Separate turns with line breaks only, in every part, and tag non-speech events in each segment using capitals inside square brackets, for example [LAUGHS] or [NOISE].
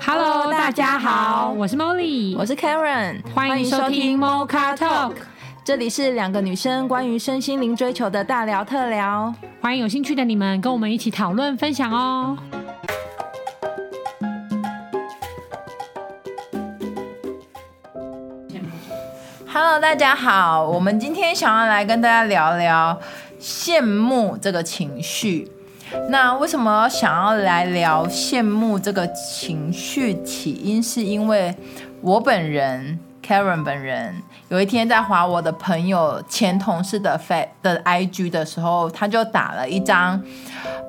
Hello，大家好，我是 Molly，
我是 Karen，
欢迎收听 Mocha Talk，
这里是两个女生关于身心灵追求的大聊特聊。
欢迎有兴趣的你们跟我们一起讨论分享哦。
Hello，大家好，我们今天想要来跟大家聊聊羡慕这个情绪。那为什么想要来聊羡慕这个情绪？起因是因为我本人 Karen 本人有一天在划我的朋友前同事的 Fa 的 IG 的时候，他就打了一张，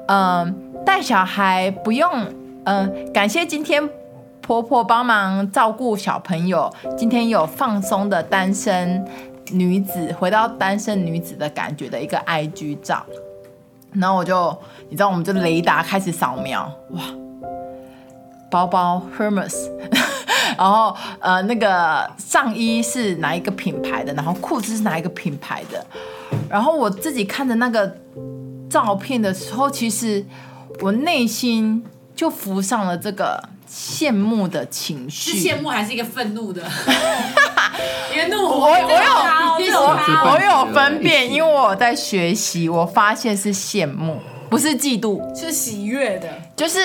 嗯、带小孩不用，嗯、感谢今天婆婆帮忙照顾小朋友，今天有放松的单身女子回到单身女子的感觉的一个 IG 照。然后我就，你知道，我们就雷达开始扫描，哇，包包 Hermes，然后呃那个上衣是哪一个品牌的，然后裤子是哪一个品牌的，然后我自己看着那个照片的时候，其实我内心就浮上了这个羡慕的情绪，
是羡慕还是一个愤怒的？因为怒
我
火，
我有
这
我
种他
我
哦
有分辨，因为我在学习，我发现是羡慕，不是嫉妒。
是喜悦的，
就是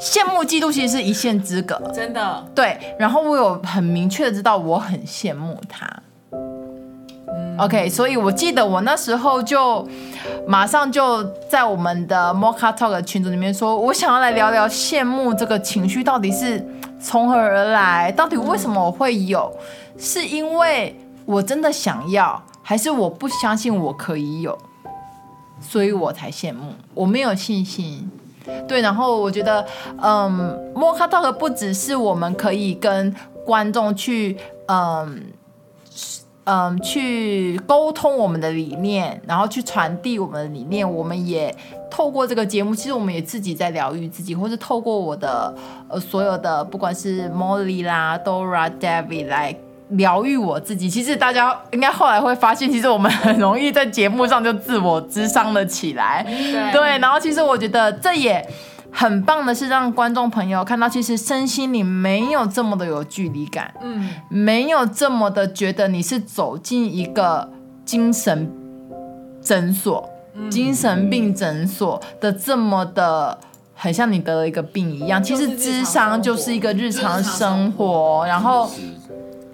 羡慕嫉妒其实是一线之隔，
真的。
对。然后我有很明确的知道我很羡慕他。OK，所以我记得我那时候就马上就在我们的 Mocha Talk 的群组里面说，我想要来聊聊羡慕这个情绪到底是从何而来，到底为什么我会有，是因为我真的想要，还是我不相信我可以有，所以我才羡慕，我没有信心。对，然后我觉得，嗯，莫卡 talk 不只是我们可以跟观众去，嗯。嗯，去沟通我们的理念，然后去传递我们的理念。我们也透过这个节目，其实我们也自己在疗愈自己，或是透过我的呃所有的，不管是 Molly 啦、Dora、David 来疗愈我自己。其实大家应该后来会发现，其实我们很容易在节目上就自我智商了起来。
对
对，然后其实我觉得这也很棒的是，让观众朋友看到，其实身心灵没有这么的有距离感，
嗯，
没有这么的觉得你是走进一个精神诊所、
嗯
精神病诊所的这么的。很像你得了一个病一样，其实
就是日
智
常
商
生
就
活
是一个日常
日常
生
生
活，然后
是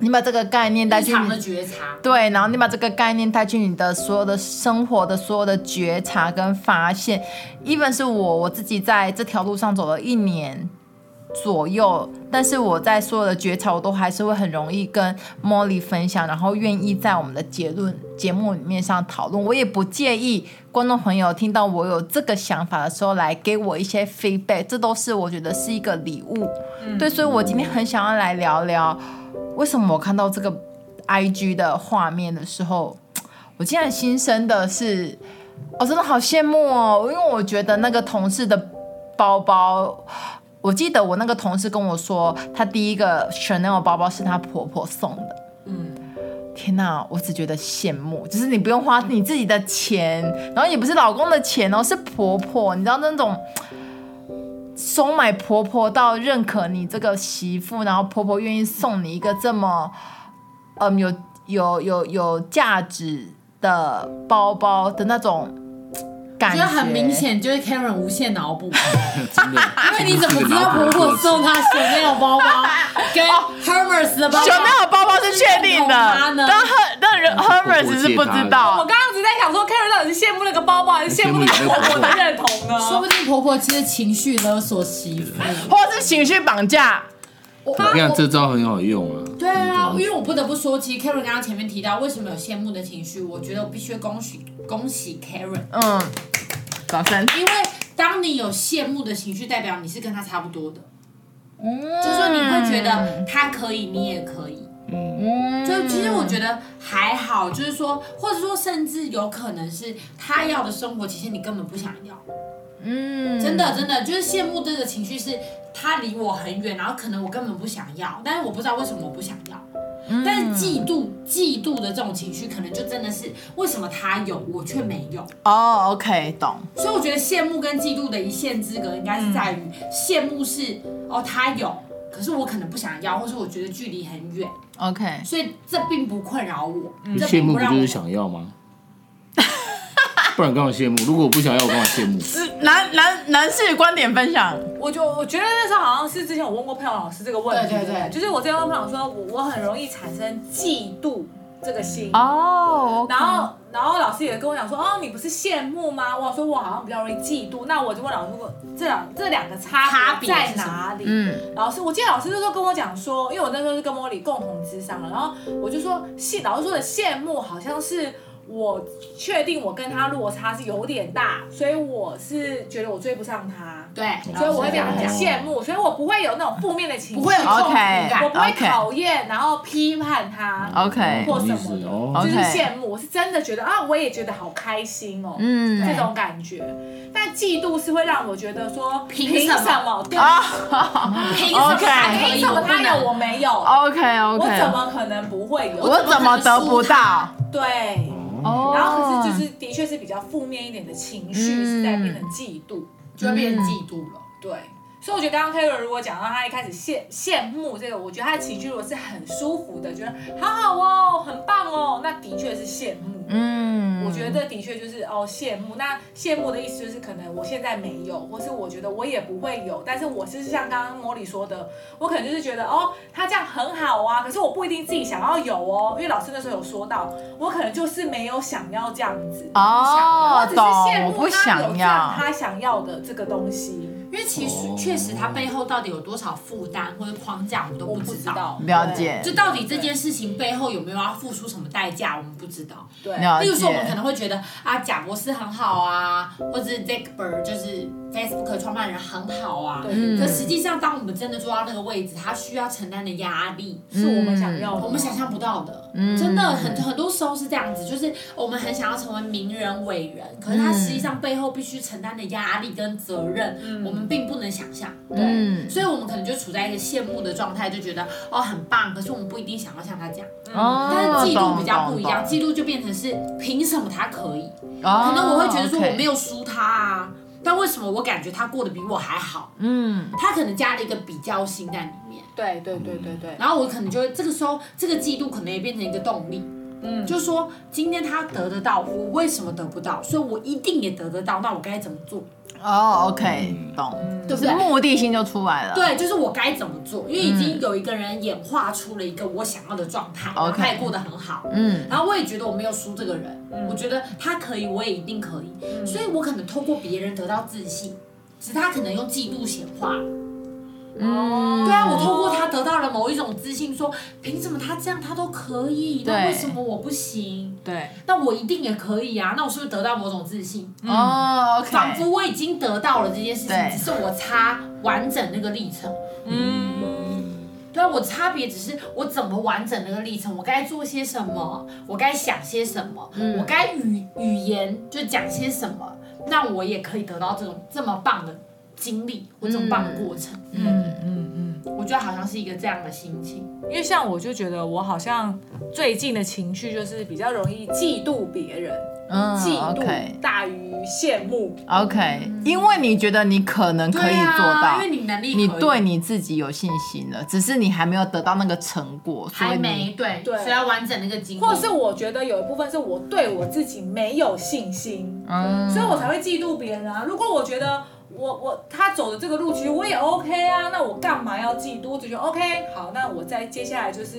你把这个概念带
日
去
常
你
的觉察，
对，然后你把这个概念带去你的所有的生活的所有的觉察跟发现，even 是我我自己在这条路上走了一年左右，但是我在所有的觉察，我都还是会很容易跟 Molly 分享，然后愿意在我们的结论节目里面上讨论。我也不介意观众朋友听到我有这个想法的时候来给我一些 feedback，这都是我觉得是一个礼物。对，所以我今天很想要来聊聊，为什么我看到这个 IG 的画面的时候，我竟然心生的是，我、真的好羡慕哦，因为我觉得那个同事的包包。我记得我那个同事跟我说，她第一个 Chanel 包包是她婆婆送的。嗯，天哪，我只觉得羡慕，就是你不用花你自己的钱，然后也不是老公的钱哦，是婆婆，你知道那种收买婆婆到认可你这个媳妇，然后婆婆愿意送你一个这么，嗯，有有有有价值的包包的那种感
觉
觉，
得很明。显就是 Karen 无限脑补， [LAUGHS] 因
[LAUGHS] 真的，
为你怎么知道婆婆送她 Chanel 包 [LAUGHS] 包跟 Hermes
[LAUGHS]
的包包？
小朋友包包是确定的，
他呢
但赫但人 Hermes 是不知道。
刚刚只在想说，Karen 到底是羡慕那个包包，还是
羡慕你那个婆婆
认同呢？
说不定婆婆其实情绪勒索媳妇。
或是情绪绑架，
我跟你讲，这招很好用啊。
对啊，因为我不得不说，其实 Karen 刚刚前面提到为什么有羡慕的情绪，我觉得我必须恭喜恭喜 Karen。
嗯，早晨，
因为当你有羡慕的情绪，代表你是跟他差不多的，就是说你会觉得他可以，你也可以。嗯，就其实我觉得还好，就是说，或者说，甚至有可能是他要的生活，其实你根本不想要。
嗯，
真的，真的，就是羡慕这个情绪是他离我很远，然后可能我根本不想要，但是我不知道为什么我不想要。但是嫉妒、嫉妒的这种情绪，可能就真的是为什么他有，我却没有。
哦，OK，懂，
所以我觉得羡慕跟嫉妒的一线之隔，应该是在于羡慕是哦他有，可是我可能不想要，或是我觉得距离很远，
OK，
所以这并不困扰我，
你
这
嗯羡
并
慕
不
不
让我
就是想要吗？不然干嘛羡慕？如果我不想要，我干嘛羡慕？
是男男男士观点分享，
我就我觉得那时候好像是之前我问过佩蓉老师这个问题，
对对对
就是我之前问佩蓉说，我我很容易产生嫉妒这个心。
哦，
然后，然后老师也跟我讲说，哦，你不是羡慕吗？我说我好像比较容易嫉妒，那我就问老师说，这两这两个
差
差
别
别
是
在
什么
哪里？
嗯，
老师，我记得老师那时候跟我讲说，因为我那时候是跟茉莉共同智商了，然后我就说羡，老师说的羡慕好像是我确定我跟他落差是有点大，所以我是觉得我追不上他，
对，
所以我会
这
变
样
得很羡慕，所以我不会有那种负面的情绪，
不会有
我
痛苦
OK
感。
不会
OK
讨厌，然后批判他
OK
或
懂
什
意思
么的，
哦。
就是
OK
羡慕，我是真的觉得啊，我也觉得好开心哦，
嗯
这种感觉。但嫉妒是会让我觉得说，
凭
凭
什么
什么？对，
啊
凭什么
OK 哦
他可
凭
以
什么
我
他
不
有
能
我没有？
，OK
我
OK，
怎么可能不会有？
我怎么得不到？
对，
哦
然后可是就是的确是比较负面一点的情绪是在变成嫉妒，
就会变成嫉妒了。
对。所以我觉得刚刚 Taylor 如果讲到他一开始羡羡慕这个，我觉得他的情绪如果是很舒服的，觉得好好哦，很棒哦，那的确是羡慕。
嗯，
我觉得的确就是哦羡慕。那羡慕的意思就是可能我现在没有，或是我觉得我也不会有，但是我是像刚刚莫莉说的，我可能就是觉得哦他这样很好啊，可是我不一定自己想要有哦，因为老师那时候有说到，我可能就是没有想要这样子。
哦
我只是羡
懂，我
慕
不
他有
想
这样
要，
他想要的这个东西，
因为其实
哦
确实，它背后到底有多少负担或者框架，我们都
我
不
不
知
知
道。
道。
了解
就到底这件事情背后有没有要付出什么代价，我们不知道。
对，对
了
例如说，我们可
解，
能会觉得啊，贾博士很好啊，或者是 Zuckerberg 就是 Facebook 创办人很好啊。
对
可实际上，当我们真的坐到那个位置，他需要承担的压力，
是我们想要的，
我们想象不到的。真的很很多时候是这样子，就是我们很想要成为名人伟人，可是他实际上背后必须承担的压力跟责任，我们并不能想象。
对，
嗯，
所以我们可能就处在一个羡慕的状态，就觉得哦很棒，可是我们不一定想要像他这样。
哦，
但是嫉妒比较不一
懂，
样，
哦
嫉妒就变成是凭什么他可以？
可
可能我会觉得说我没
有，
有输他啊，但为什么我感觉他过得比我还好？
嗯，
他可能加了一个比较心在里面，
对对对对对，
然后我可能就会这个时候这个嫉妒可能也变成一个动力。嗯，就是说今天他得得到，我为什么得不到？所以我一定也得得到，那我该怎么做？
哦，OK，懂，
对不
是
对？
目的性就出来了，，
对，就是我该怎么做，因为已经有一个人演化出了一个我想要的状态，然后他
嗯
也
OK
过得很好，
嗯，
然后我也觉得我没有输这个人，我觉得他可以，我也一定可以，
嗯
所以我可能透过别人得到自信，只是他可能用嫉妒显化。
哦
嗯
对啊，我透过他得到了某一种自信，说凭什么他这样他都可以，那
对
为什么我不行？
对，
那我一定也可以啊，那我是不是得到某种自信？
嗯
哦，OK，
仿佛我已经得到了这件事情，
对
只是我差完整那个历程。
嗯
对啊，我差别只是我怎么完整那个历程，我该做些什么，我该想些什么，
嗯
我该语语言就讲些什么，那我也可以得到这种这么棒的经历或这么棒的过程。
嗯
我觉得好像是一个这样的心情。
因为像我就觉得我好像最近的情绪就是比较容易嫉妒别人，
嗯
嫉
，OK
妒大于羡慕。
OK，因为你觉得你可能可以
对啊
做到
因。为你能力可以
你对你自己有信心了，只是你还没有得到那个成果，所
还
以
没
你
对，
对
所以要完整那个经历，
或是我觉得有一部分是我对我自己没有信心，
嗯
所以我才会嫉妒别人啊。如果我觉得我我他走的这个路其实我也 OK 啊，那我干嘛要嫉妒？我只觉得 OK 好，那我再接下来就是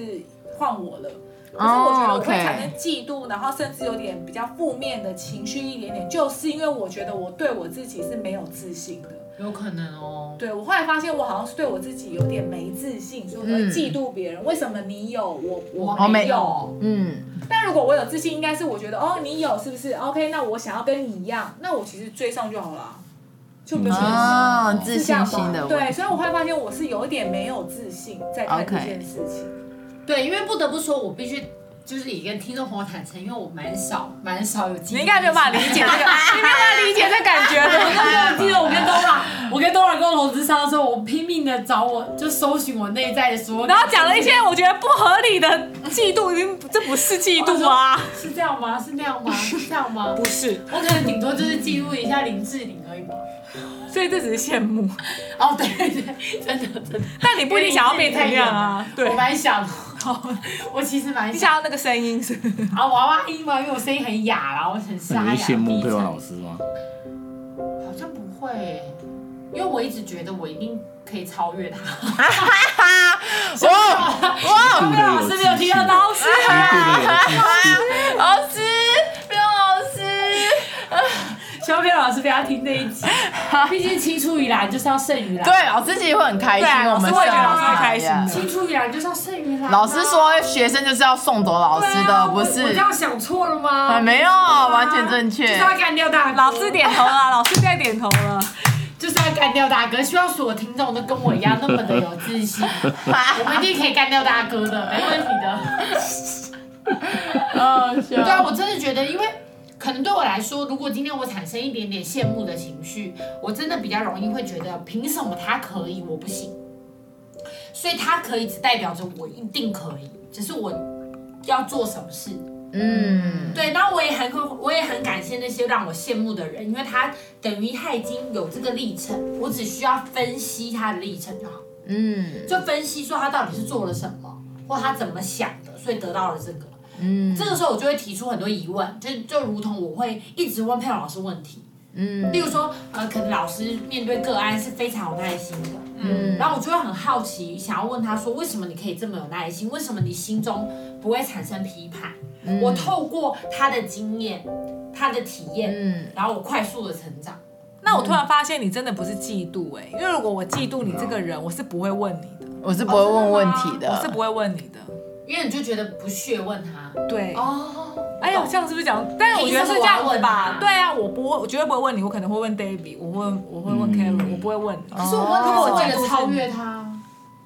换我了。可是我
哦
觉得我会产生嫉妒，然后甚至有点比较负面的情绪一点点，就是因为我觉得我对我自己是没有自信的。
有可能哦。
对我后来发现，我好像是对我自己有点没自信，所以我会嫉妒别人。为什么你有我
我
哦
我
没
没
有
有？
嗯
但如果我有自信，应该是我觉得哦，你有是不是？OK，那我想要跟你一样，那我其实追上就好了啊，就不是
啊，
嗯
自
是这样
信
吧
心的问
对，啊
题，
所以我会发现我是有一点没有自信在看这件事情。
对，因为不得不说，我必须就是也跟听众朋友坦诚，因为我蛮少蛮少有经历。
解这
[LAUGHS]
个，你没有办法理解这感觉
我 [LAUGHS] 真的哎记得我跟 Dora，我跟 Dora 沟通智商的时候，我拼命的找我就搜寻我内在的所有，
然后讲了一些我觉得不合理的嫉妒，这不是嫉妒啊，
哦是这样吗？是那样吗？是这样吗？
[LAUGHS] 不是。
我可能顶多就是记录一下林志玲而已嘛。
所所以这只是羡慕，
哦，对对对，真的真的。
但你不一定想要变成那样啊。对
我，蛮想的，我其实蛮
你
想
想要那个声音是不是？
啊娃娃音嘛，因为我声音很哑啦，我很沙
那
哑。
你会羡慕
低
佩
沉
文老师吗？
好像不会，因为我一直觉得我一定可以超越他。 [LAUGHS]
哇，佩
老师没有听到
老师，
老师，不用老师。
希望佩老师不要听这一集，毕竟青出于蓝就是要胜于蓝。
对，啊老师其实会很开心，
对啊
我们
老师会觉
上
得老师会
来
开心的
耶
青出于蓝就是要胜于蓝啊。
老师说学生就是要送走老
对啊
师的，不
我我
是
这？样想错了吗？
啊，没有，完全正
就是
确。
要干掉大哥，
老师点头了，老师在点头了。
就是要干掉大哥。希望所有听众都跟我一样那么的有自信，
[LAUGHS]
我们一定可以干掉大哥的，没问题的。对啊，我真的觉得，因为可能对我来说，如果今天我产生一点点羡慕的情绪，我真的比较容易会觉得，凭什么他可以，我不行？所以他可以只代表着我一定可以，只是我要做什么事。
嗯，
对，那我也很我也很感谢那些让我羡慕的人，因为他等于他已经有这个历程，我只需要分析他的历程就好，
嗯
就分析说他到底是做了什么，或他怎么想的，所以得到了这个。
嗯
这个时候我就会提出很多疑问，就就如同我会一直问佩蓉老师问题，
嗯
例如说，呃，可能老师面对个案是非常有耐心的，
嗯
然后我就会很好奇，想要问他说，为什么你可以这么有耐心？为什么你心中不会产生批判？
嗯
我透过他的经验，他的体验，
嗯，
然后我快速的成长。
那我突然发现你真的不是嫉妒哎、因为如果我嫉妒你这个人，我是不会问你的，
我是不会问问题
哦我是
的。
不会问你的。
因为你就觉得不屑问他
对，
哦，
哎呀，这样是不是讲？但是我觉得是这样子吧。对啊，我不会，我绝对不会问你，我可能会问 David，我会问，我会问
嗯
Karen，、我不会问你。
可是我问他
哦
是为了超越他，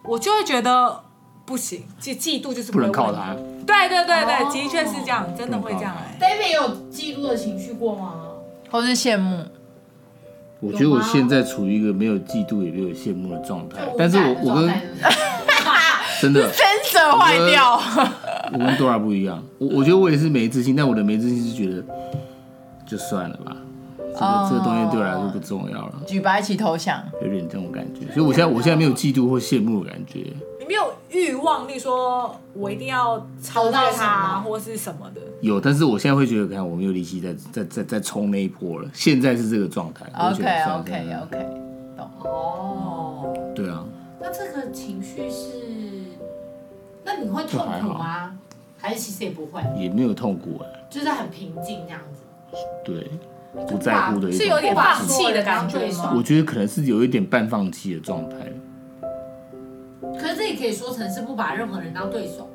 我就会觉得不行，嫉嫉妒就是
不
会
能
问
靠他。
对对对对，
哦
的确是这样，真的会这样哎、
，David 有嫉妒的情绪过吗？
或是羡慕，
我觉得我现在处于一个没有嫉妒也没有羡慕的状态
就，无
但是
感
我
的
我
状
跟
态是不是
真的
真的坏掉。
我跟 Dora 不一样，我我觉得我也是没自信，但我的没自信是觉得就算了吧，这个这个东西对我来说不重要了，
举白旗投降，
有点这种感觉，所以我现在我现在没有嫉妒或羡慕的感觉，
你没有欲望，例如说我一定要超
得到
越
什
他
么
或是什么的。
有，但是我现在会觉得，看我没有力气再再再再冲那一波了，现在是这个状态。我
OK
就觉得啊算了
OK
算了
OK，
哦，
对啊，
那这个情绪是，那你会痛苦
就还
吗？还是其实也不会，
也没有痛苦哎、
就是很平静这样子。
对，不在乎的一
是有
种。
点放弃的感觉吗？
我觉得可能是有一点半放弃的状态，
可是这也可以说成是不把任何人当对手，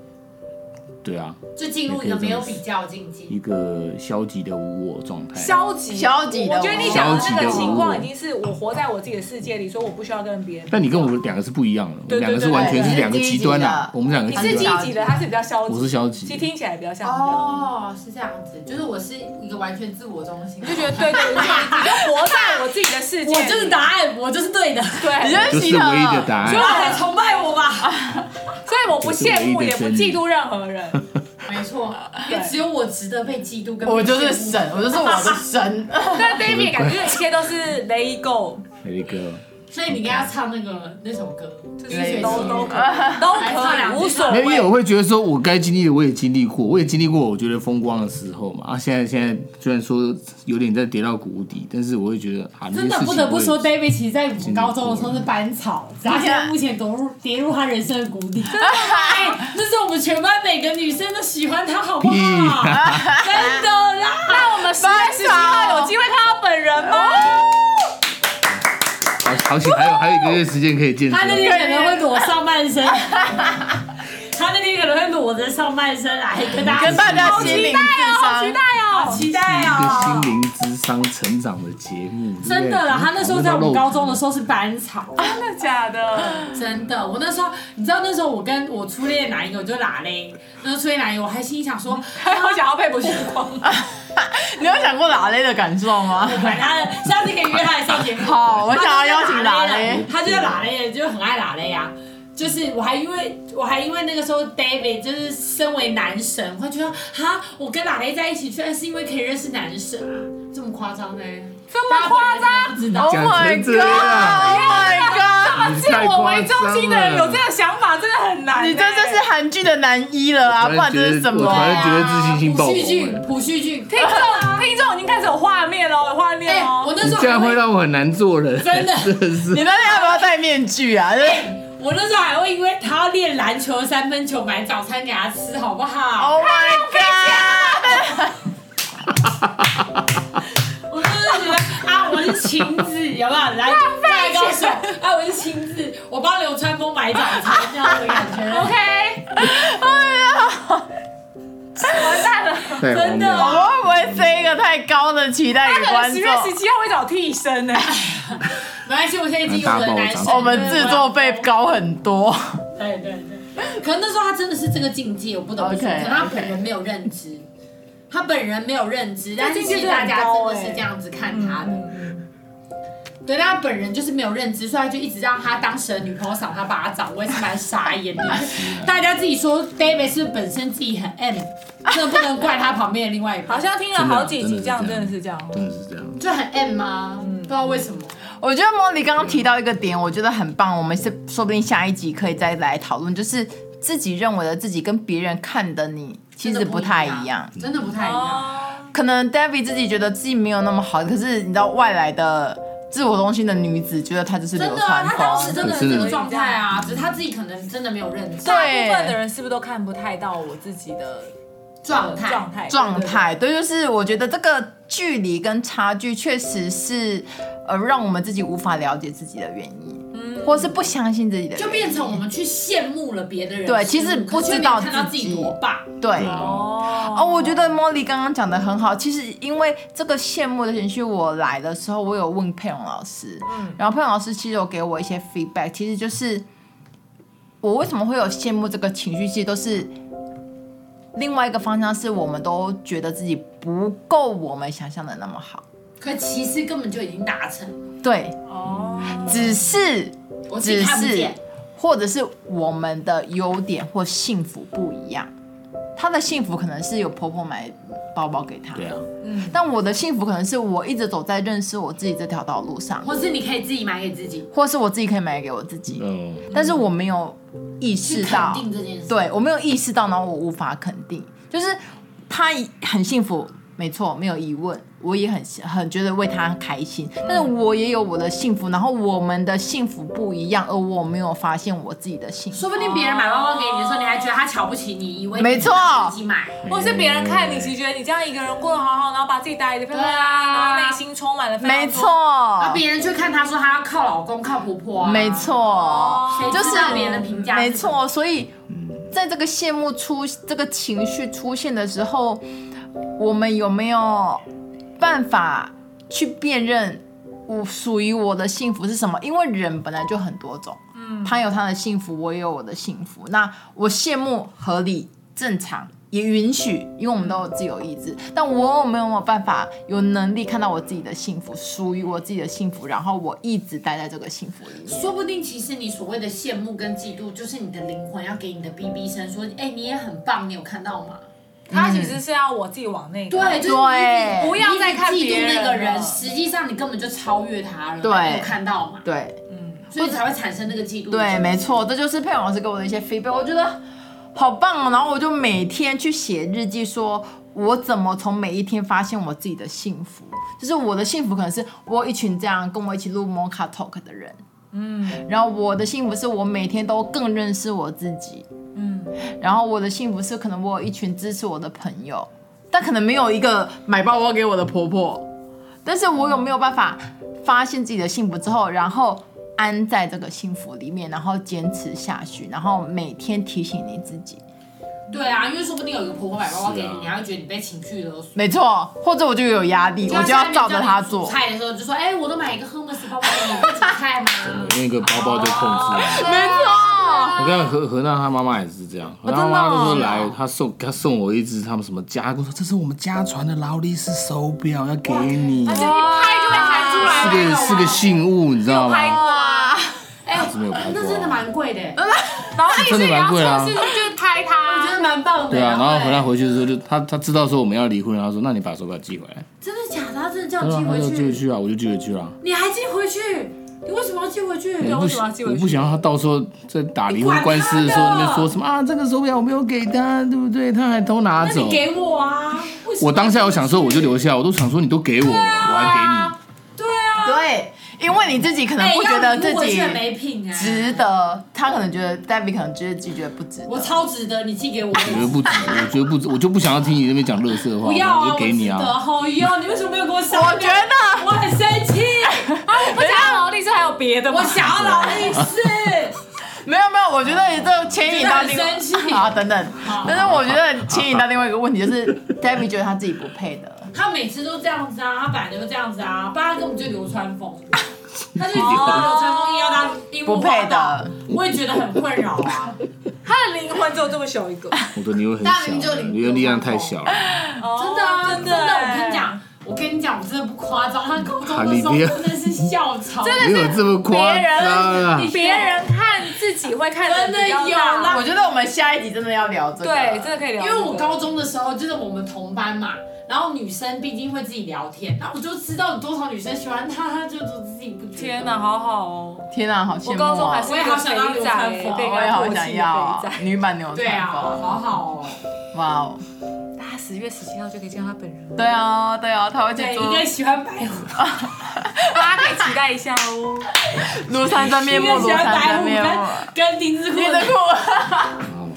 对啊，
就进入一个没有比较的境界。
一个消极的无我状态。
消极，
消极的
我觉得你讲的那个
消极的
情
我
况已经是我活在我自己的世界里，所以我不需要跟别人。
但你跟我两个是不一样的，我
对对
们两个是完全是两个极端
对
啊
对对，
我们两个
你是
极
积
端，
极的，他是比较消极。
我是消极
其实听起来比较像这样。
哦，是这样子，就是我是一个完全自我中心，
你就觉得对对，对你就你就活在我自己的世界里。
答案，我就是对的，
你
对，
就
认
是唯
识
一
他
的答
所以
案。
我才
崇拜我吧。
所以我不羡慕，
这是唯一的
也不
真理
嫉妒任
[LAUGHS]
何人。
没 [LAUGHS] 错，因
对
为只有我值得被嫉妒跟被
我就是
羡慕
神，我就是我的神。
但 David 感觉一切都是 Let it go，
雷哥，
所以你应该要唱那个那首歌，就是是
都都可以，都可以，无所
没有，因为
谓。
我会觉得说，我该经历的我也经历过，我也经历过我觉得风光的时候嘛。啊，现在现在虽然说有点在跌到谷底，但是我会觉得啊，
真的不得不说，David 其实在我们高中的时候是班草，只他
你
现
看
在目前跌入跌入他人生的谷底。哎，这是我们全班每个女生都喜欢他，好不好？
屁 [LAUGHS]
真的啦，
[LAUGHS] 那我们十月十七号有机会看到本人吗？
好好险，还有还有一个月时间可以见证
他。那天可能会裸上半身，他那天可能会裸着上半身来跟大家
跟大家心灵智
好
商
期待哦！
期待
一
哦
个。心灵智商成长的节目，对不对
真的啦，他那时候在我们高中的，时候是班草，
真的假的？
真的，我那时候，你知道那时候我跟我初恋男友就拉嘞，那时候初恋男友我还心里 [LAUGHS] 想说，
我想要被不是光，
你有想过哪类的感受吗？
管他的，下次可以约他来上节目。
好我想要邀请
他
拉嗯
就是
嘞
他就是拉嘞，就很爱拉嘞呀。就是我还因为我还因为那个时候 David 就是身为男神，啊我会觉得哈，我跟拉雷在一起居然是因为可以认识男神，这么夸张呢？
这么夸张？
不知道
Oh，my
讲成这样
god！Oh my god！
你
以
太
我
夸
为中
张
心的人有
了
这。个想法，真的很难欸。
你这就是韩剧的男一了啊，
我
不
突
然
然觉
这是
得，
什
我
么
突然觉
啊？
得自信心爆
朴
棚
叙俊，
欸。
啊朴叙俊，
听众，听众已经开始有画面了，有画面
哎，
哦
我。那
你
时候
这样
还
会让我很难做人，
真
[LAUGHS]
的
真的是
你那天要不要戴面具啊？
我那时候还会因为他要练篮球三分球买早餐给他吃，好不好？
Oh my god！
我真的觉得啊，我是晴子，有没有？来，再来告诉我，啊，我是晴子，我帮流川枫买早餐，这样的感觉。
OK，完蛋了。
太荒
真
谬
的
了。
我会不会这一个太高的期待
他
与
可能
观
十
众
月？十七号会找替身呢、
没关系，我现在已经有我的男神，
我们制作费。高很多。
对对对，可能那时候他真的是这个境界，我不得不说，
OK，
可能他本人没有认知，他本人没有认知，但是其实大家真的欸是这样子看他的。嗯对，但他本人就是没有认知，所以他就一直让他当时的女朋友赏他巴掌，我也是蛮傻眼 [LAUGHS] 的。大家自己说，David 是不是本身自己很 M，真的不能怪他旁边的另外一
[LAUGHS] 好
半，
像听了好几集，这样真的是这样。
真的是这样。
就很 M 吗？不知道为什么。
[LAUGHS] 我觉得莫莉刚刚提到一个点，我觉得很棒，我们是说不定下一集可以再来讨论，就是自己认为的自己跟别人看的你其实不太一样。
真的不太一样。
哦，
可能 David 自己觉得自己没有那么好，可是你知道外来的自我中心的女子觉得她就是
真
流
的啊，
川
他当时
枫。
真的是这个状态啊，只是他自己可能真的没有认知
大
对
部分的人是不是都看不太到我自己的
状态。
状态？
状态对，就是我觉得这个距离跟差距确实是，呃，让我们自己无法了解自己的原因，或是不相信自己的原因，
嗯就变成我们去羡慕了别的人事物，
对其实不
可是
知道
没有看
自
到自
己
己多棒，
对。
哦
哦，我觉得茉莉刚刚讲的很好。其实因为这个羡慕的情绪，我来的时候我有问佩蓉老师，
嗯
然后佩蓉老师其实有给我一些 feedback，其实就是我为什么会有羡慕这个情绪，其实都是另外一个方向，是我们都觉得自己不够我们想象的那么好。
可其实根本就已经达成，
对，
哦，
只是
我自
只
己看不
是
见。，
或者是我们的优点或幸福不一样。她的幸福可能是有婆婆买包包给她，
对啊，
但我的幸福可能是我一直走在认识我自己这条道路上，
或是你可以自己买给自己，
或是我自己可以买给我自己，
嗯，
但是我没有意识
去
到
肯，定这件事。
对我没有意识到，然后我无法肯定，就是他很幸福，没错，没有疑问，我也很很觉得为他开心，但是我也有我的幸福，然后我们的幸福不一样，而我没有发现我自己的幸福，
说不定别人买包包给你的时候，你还觉得他瞧不起你，以为你
没错
自己买，
或是别人看你，其实觉得你这样一个人过得好好，然后把自己打理的漂漂亮
对
亮，
啊
然后内心充满了非常多
没错，，
然后别人却看他说他要靠老公靠婆婆啊，哦
没，错，
谁
就
知道
是
别人的评价是
没
什么，
错，所以在这个羡慕出这个情绪出现的时候，我们有没有办法去辨认我属于我的幸福是什么？因为人本来就很多种，嗯，他有他的幸福，我也有我的幸福。那我羡慕合理正常。也允许，因为我们都有自由意志。但我有没有办法有能力看到我自己的幸福，属于我自己的幸福，然后我一直待在这个幸福里面？
说不定其实你所谓的羡慕跟嫉妒，就是你的灵魂要给你的哔哔声说，哎，你也很棒，你有看到吗？
他其实是要我自己往内看。
对，就是
对
你一直
不要再看
你一直
别
嫉妒
人
那个
了
人，实际上你根本就超越他了，
对
你有看到嘛，
对，嗯
所以才会产生那个嫉妒。
对，没错，这就是佩蓉老师给我的一些 feedback，我觉得好棒哦。然后我就每天去写日记说。我怎么从每一天发现我自己的幸福？就是我的幸福可能是我有一群这样跟我一起录 Mocha Talk 的人，嗯，然后我的幸福是我每天都更认识我自己，嗯，然后我的幸福是可能我有一群支持我的朋友，但可能没有一个买包包给我的婆婆，但是我有没有办法发现自己的幸福之后，然后安在这个幸福里面，然后坚持下去，然后每天提醒你自己，
对啊，因为说不定有一个婆婆买包包给
是啊
你，你还会觉得你被情绪勒索。
没错，或者我就有压力，我就要照着他
煮
做。
菜的时候就说，哎，我都买一个 Hermes 包包给你，你会煮菜
[LAUGHS]
吗？
那个包包就控制
啊
了。
没错，
我看何何娜她妈妈也是这样，何娜
哦
她妈妈都说来，她送她送我一只他们什么家，我说这是我们家传的劳力士手表，要给你，
就一拍就被弹出
是
来啊了。
个是个信物，你知道
拍
吗？
过啊，
哎
是没有拍过啊
那真的蛮贵的，
嗯然后一
真
直
的
也
蛮
要
贵啊
测试，就是开它。
我觉得蛮棒的。
对啊，然后
哎
何娜回去的时候就她她知道说我们要离婚，然后说那你把手表寄回来，
真的假的？他真的叫
他
你寄
让他
回
就寄回
去，
去啊，我就寄回去啊。
你还寄回去？你为什么要寄回去？
我
为
不
什么要寄
想，
回
我
去
不想让他到时候在打离婚
哦
官司的时候，那边说什么啊，这个手表我没有给他，对不对？他还偷拿
那
走
你。给我啊！为什么
我当下有想说，我就留下，我都想说你都给我，了，我还给
对啊，
对，因为你自己可能
哎，
不觉
要
得
你
自
我
己
觉得没品哎、
值得，他可能觉得 David 可能觉得自己觉得不值
我
得。
超值得，你寄给我。
你，我觉得不值，我觉得不值，我就不想要听你那边讲乐色话，
不要
我
啊，
就给你
我值
啊。
得好哟，你为什么没有给我想？
我觉得
我很生气，
[LAUGHS] 我想要劳力士还有别的吗？
我想要劳力士，
没有没有，我觉得你这牵引到另
我觉得很生气
啊等等，但是我觉得牵引到另外一个问题，就是 David 觉得他自己不配的。
他每次都这样子啊，他本来就这样子啊，不然他根本就流川 [LAUGHS] 枫，他就一直
哦
把流川枫硬要当樱木
不
花
配
道
的，
我也觉得很困扰 [LAUGHS] 啊。
他的灵魂只有这么小 [LAUGHS] 一个，
我的你会很
大明就
小，
领
你的力量太小了。
真
真的啊，
真
真
的，哎
的，我跟你，讲，我跟你讲，我真的不夸张，他高中
哈
的
利
时候
别
真的是校 [LAUGHS] 草，真
没有这么夸
哎
张啊！
别人看自己会看得
真的
比较
有
大
啦
我觉得我们下一集真的要聊这个，
对，真的可以聊
因
这个，
为我高中的时候就是我们同班嘛，然后女生毕竟会自己聊天，那我就知道有多少女生喜欢他，他就自己不觉得
天哪，，好好哦。
天啊，好羡慕、啊！
我高中还是
我也
一个
好想要
肥
流
仔，
川
被
枫
人
我也
家
好
唾
想
弃
要
的
啊
肥仔。
女版牛
对
仔
啊，
风，
好好哦，
哇哦，
大家十月十七号就可以见到他本人了，
对啊，对啊，他会去
对，应
做
该喜欢白虎，
大家可以期待一下哦。
庐山真面
应
目，
该喜
庐
欢白
山真
虎
面目，
跟跟丁字裤
你的
的
裤，
好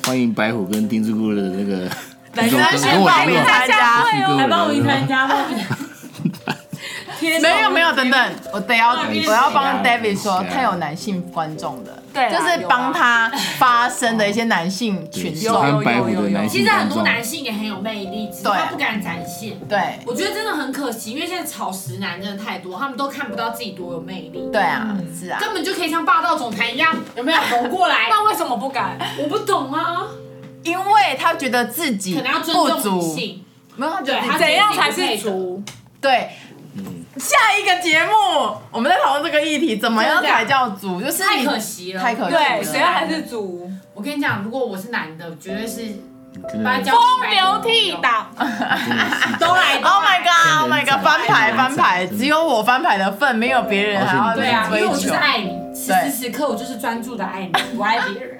欢迎白虎跟丁字裤的那个听众
来
跟跟我
来
联络，
来
去跟我
来帮
联
我
络
去参加吧。天哪
没有没有，等等，我得要
那边
我要帮
是
David 说，
是
他有男性观众的，
对啦
就是帮他发声的一些男性群
喜
众，
欢白虎的男性
其实很
观
多
众，
男性也很有魅力，只是
对
他不敢展现。
对
我觉得真的很可惜，因为现在草食男真的太多，他们都看不到自己多有魅力，
对啊，
嗯
是啊，
根本就可以像霸道总裁一样，有没有走过来？
[LAUGHS] 那为什么不敢？
我不懂啊，
因为他觉得自己
可能要尊
不
重女
足，
性，
没有，他觉
对，
得自
他
己
怎样才是
足？
对。下一个节目，我们在讨论这个议题，怎么样
真的
才叫足？就是
太
你
可惜了，
太可惜了
对，谁要还是主
我跟你讲，如果我是男的，绝对是
真
把他
的
交
风流倜傥？
真的是
都
[LAUGHS]
来
Oh my god! Oh my
真
god!
的
翻牌
真的
翻牌，
真的
只有我翻牌的份，没有别人还要
而且你
对啊，因
追
为我就是
求。
爱你，此时此刻我就是专注的爱你，我爱别 [LAUGHS] 人。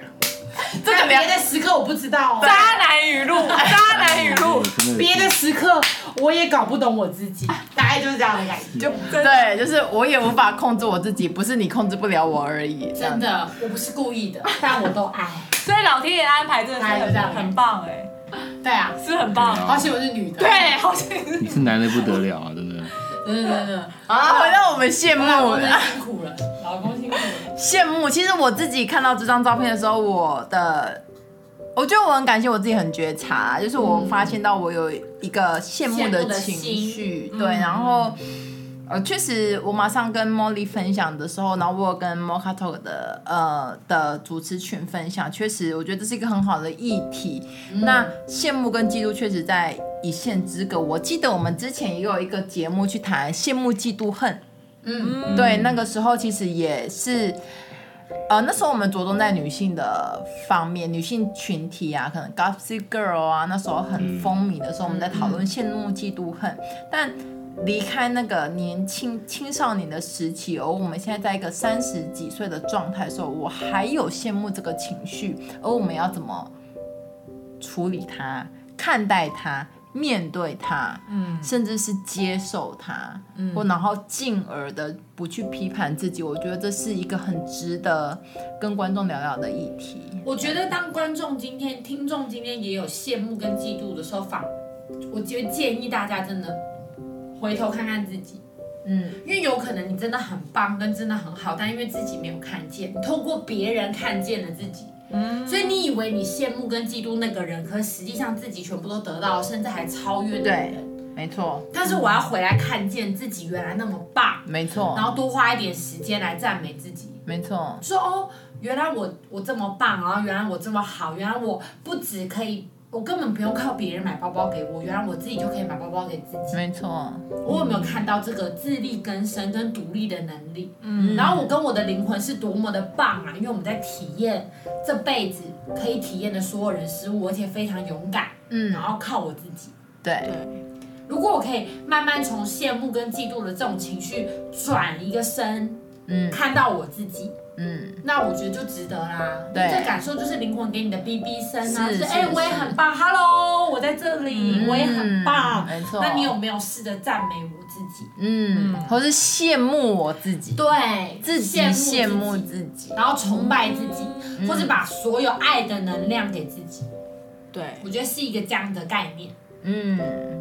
这个
但别
聊
的时刻我不知道哦，
渣男语录，渣男语录，
真的
别的
是
时刻我也搞不懂我自己， [LAUGHS] 大概就是这样的感觉。
就对，就是我也无法控制我自己，不是你控制不了我而已。这样
真，的，我不是故意的， [LAUGHS] 但我都爱。
所以老天爷的安排真的是
哎就这样
很很棒哎，
对啊，
是很棒。
对啊
而且我是女的。
对，好像是
你是男的不得了啊，真的。
真的真的，
好啦，回到我们羡
老
慕
公真的辛苦了，老公辛苦了。
羡慕。其实我自己看到这张照片的时候，我的。我觉得我很感谢我自己很觉察，就是我发现到我有一个羡慕
嗯羡慕的
情
心嗯
绪，对，然后呃，确实我马上跟 Molly 分享的时候，然后我有跟 Mocha Talk 的呃的主持群分享，确实我觉得这是一个很好的议题。
嗯
那羡慕跟嫉妒确实在一线之隔。我记得我们之前也有一个节目去谈羡慕、嫉妒、恨，
嗯，
对，那个时候其实也是，呃，那时候我们着重在女性的方面，女性群体啊，可能 Gossip Girl 啊，那时候很风靡的时候，我们在讨论羡慕、嫉妒、恨，但。离开那个年轻青少年的时期，而我们现在在一个三十几岁的状态的时候，我还有羡慕这个情绪，而我们要怎么处理它、看待它、面对它，嗯，甚至是接受它，嗯，或然后进而的不去批判自己，我觉得这是一个很值得跟观众聊聊的议题。
我觉得当观众今天、听众今天也有羡慕跟嫉妒的时候，反我觉得建议大家真的回头看看自己，
嗯，
因为有可能你真的很棒跟真的很好，但因为自己没有看见，你透过别人看见了自己。嗯，所以你以为你羡慕跟嫉妒那个人，可是实际上自己全部都得到，甚至还超越那个
对
人。，
没错，
但是我要回来看见自己原来那么棒，
没
然
错，
后多花一点时间来赞美自己，
没错，
说哦，原来我我这么棒，然后原来我这么好，原来我不只可以，我根本不用靠别人买包包给我，原来我自己就可以买包包给自己。
没错，
我有没有看到这个自力更生跟独立的能力？嗯，然后我跟我的灵魂是多么的棒啊！因为我们在体验这辈子可以体验的所有人事物，而且非常勇敢，
嗯
然后靠我自己。
对，
如果我可以慢慢从羡慕跟嫉妒的这种情绪转一个身，
嗯
看到我自己，
嗯，
那我觉得就值得啦。
对
这感受就是灵魂给你的哔哔声啊，
是
就是是哎、我也
是嗯
很棒，Hello，我在这里，我也很棒。
没错。
那你有没有试着赞美我自己？
嗯，
嗯
或是羡慕我自己，
对，
自己
羡
羡慕
慕自己，
自己，嗯
然后崇拜自己，或者把所有爱的能量给自己。
对，
嗯
我觉得是一个这样的概念。
嗯，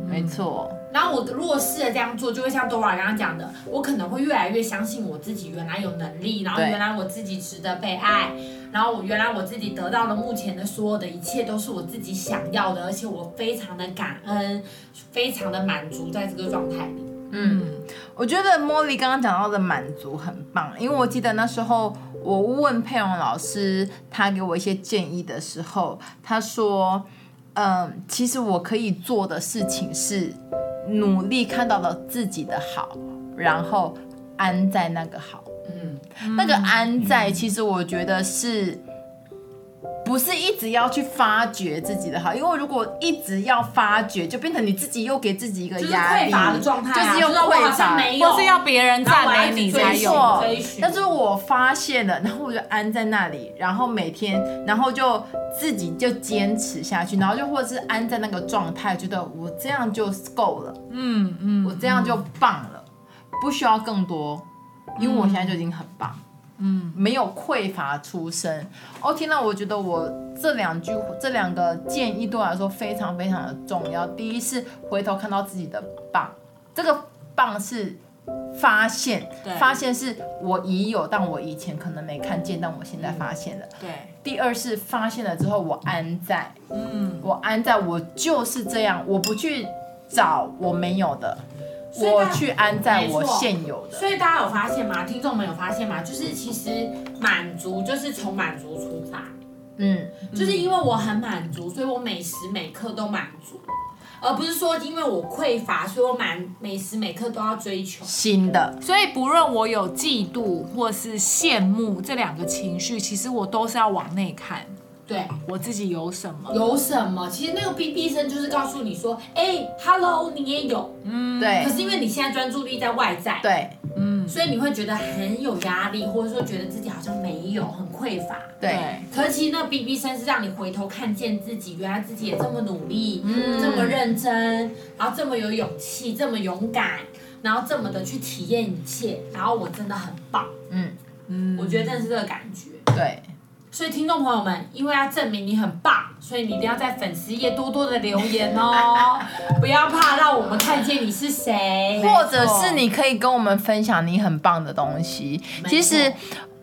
没错，
然后我如果试着这样做，就会像 Dora 刚刚讲的，我可能会越来越相信我自己原来有能力，然后
对
原来我自己值得被爱，然后我原来我自己得到了目前的所有的一切都是我自己想要的，而且我非常的感恩，非常的满足在这个状态里。
嗯，我觉得茉莉刚刚讲到的满足很棒，因为我记得那时候我问佩蓉老师，他给我一些建议的时候，他说，嗯，其实我可以做的事情是努力看到了自己的好，然后安在那个好。
嗯，
那个安在，其实我觉得是。不是一直要去发掘自己的好，因为如果一直要发掘，就变成你自己又给自
哎
己一个
就是
压
匮
力，
乏的状态、啊，
就是又
是我好
匮乏
像没有，
或是要别人赞美你才
然后
有。
错
我要一直追寻
但是我发现了，然后我就安在那里，然后每天，然后就自己就坚持下去，然后就或者是安在那个状态，觉得我这样就够了，
嗯嗯，
我这样就棒了，不需要更多，因为我现在就已经很棒。嗯，没有匮乏出身。哦天呐，我觉得我这两句这两个建议对我来说非常非常的重要。第一是回头看到自己的棒，这个棒是发现
对，
发现是我已有，但我以前可能没看见，但我现在发现了。
对，
第二是发现了之后，我安在，嗯，我安在，我就是这样，我不去找我没有的，
所以
我
大
去安在
没
我
错
现有的。
所以大家有发现吗？听众们有发现吗？就是其实满足就是从满足出发，
嗯，
就是因为我很满足，所以我每时每刻都满足，而不是说因为我匮乏，所以我满每时每刻都要追求。
新的，
所以不论我有嫉妒或是羡慕这两个情绪，其实我都是要往内看，
对，
我自己有什么。
有什么？其实那个哔哔声就是告诉你说，哎、h e l l o 你也有。
对
可是因为你现在专注力在外在，
对
所以你会觉得很有压力，或者说觉得自己好像没有，很匮乏。
对，
可是其实那 B B 声是让你回头看见自己，原来自己也这么努力，
嗯
这么认真，然后这么有勇气，这么勇敢，然后这么的去体验一切，然后我真的很棒。
嗯
我觉得真的是这个感觉。
对，
所以听众朋友们，因为要证明你很棒，所以你一定要在粉丝页多多的留言哦，
[LAUGHS]
不要怕让我们看见你是谁。
或者是你可以跟我们分享你很棒的东西。
没错
其实，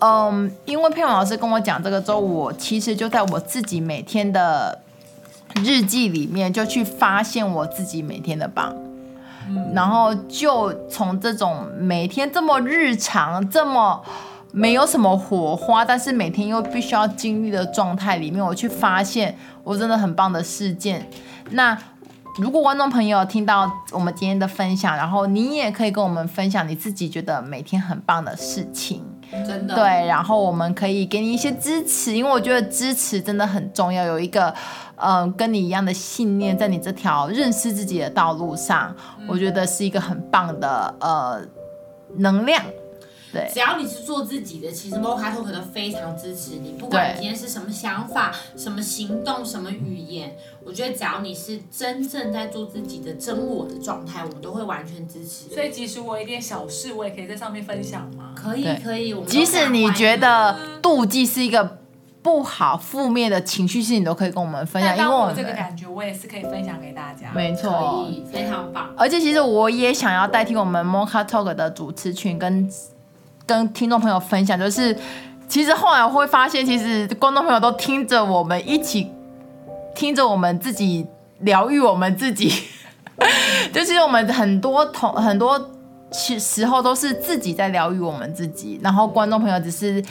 嗯，因为佩蓉老师跟我讲这个之后，我其实就在我自己每天的日记里面就去发现我自己每天的棒。
嗯
然后就从这种每天这么日常、这么没有什么火花，但是每天又必须要经历的状态里面，我去发现我真的很棒的事件。那如果观众朋友听到我们今天的分享，然后你也可以跟我们分享你自己觉得每天很棒的事情，
真的
对，然后我们可以给你一些支持，因为我觉得支持真的很重要。有一个，嗯、跟你一样的信念，在你这条认识自己的道路上，
嗯
我觉得是一个很棒的呃能量。对
只要你是做自己的，其实 Mocha Talk 都非常支持你，不管你今天是什么想法、什么行动、什么语言，我觉得只要你是真正在做自己的真我的状态，我们都会完全支持。
所以即使我有一点小事，我也可以在上面分享嘛。
可以
对
可以，我们都
即使你觉得
非常欢迎
妒忌是一个不好、负面的情绪，是你都可以跟我们分享，
但
啊因为
当
我
我
们
这个感觉，我也是可以分享给大家。
没错，
可以，非常棒。
而且其实我也想要代替我们 Mocha Talk 的主持群跟跟听众朋友分享，就是其实后来我会发现，其实观众朋友都听着我们一起听着我们自己疗愈我们自己， [LAUGHS] 就其实我们很多同很多。其时候都是自己在疗愈我们自己，然后观众朋友只是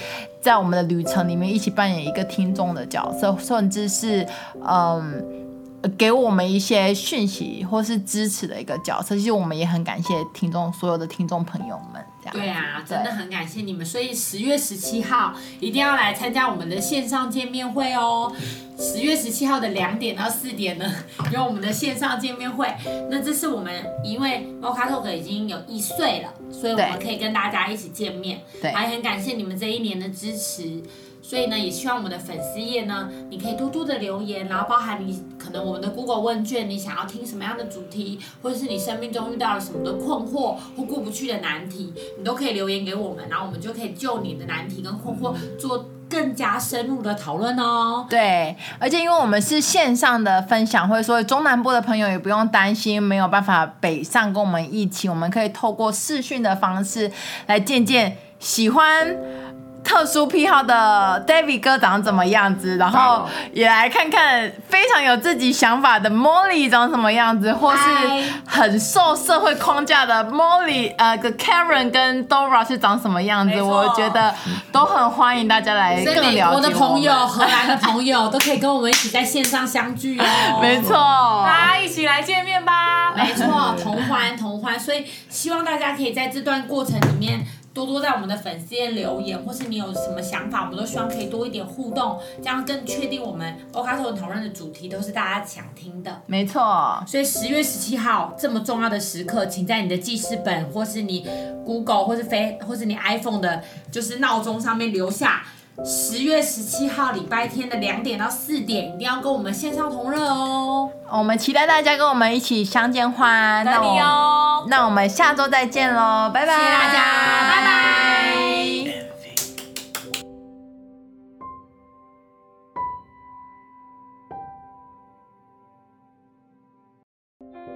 在我们的旅程里面一起扮演一个听众的角色，甚至是嗯给我们一些讯息或是支持的一个角色，其实我们也很感谢听众所有的听众朋友们。这样。
对啊，
对
真的很感谢你们，所以十月十七号一定要来参加我们的线上见面会哦。十月十七号的两点到四点呢， [LAUGHS] 有我们的线上见面会。那这是我们因为 m o c a Talk 已经有一岁了，所以我们
对
可以跟大家一起见面。
对
还很感谢你们这一年的支持。所以呢，也希望我们的粉丝页呢，你可以多多的留言，然后包含你可能我们的 Google 问卷，你想要听什么样的主题，或者是你生命中遇到了什么的困惑或过不去的难题，你都可以留言给我们，然后我们就可以就你的难题跟困惑做更加深入的讨论哦。
对，而且因为我们是线上的分享会，所以中南部的朋友也不用担心没有办法北上跟我们一起，我们可以透过视讯的方式来见见喜欢。特殊癖好的 David 哥长怎么样子，然
大
后
佬
也来看看非常有自己想法的 Molly 长什么样子，或是
嗨
很受社会框架的 Molly 呃，个 Karen 跟 Dora 是长什么样子，
没错
我觉得都很欢迎大家来
所以
哎更
美
了解
国的朋友、
我们
荷兰的朋友 [LAUGHS] 都可以跟我们一起在线上相聚哦。
没错，
大家一起来见面吧。
没错，同欢同欢，所以希望大家可以在这段过程里面多多在我们的粉丝页留言，或是你有什么想法，我们都希望可以多一点互动，这样更确定我们 o k a 讨论的主题都是大家想听的。
没错，
所以十月十七号这么重要的时刻，请在你的记事本，或是你 Google，或是飞，或是你 iPhone 的，就是闹钟上面留下。十月十七号礼拜天的两点到四点，一定要跟我们线上同乐哦。
我们期待大家跟我们一起相见欢。那
等你
我
哦。
那我们下周再见喽，拜拜，
谢谢大家拜
拜。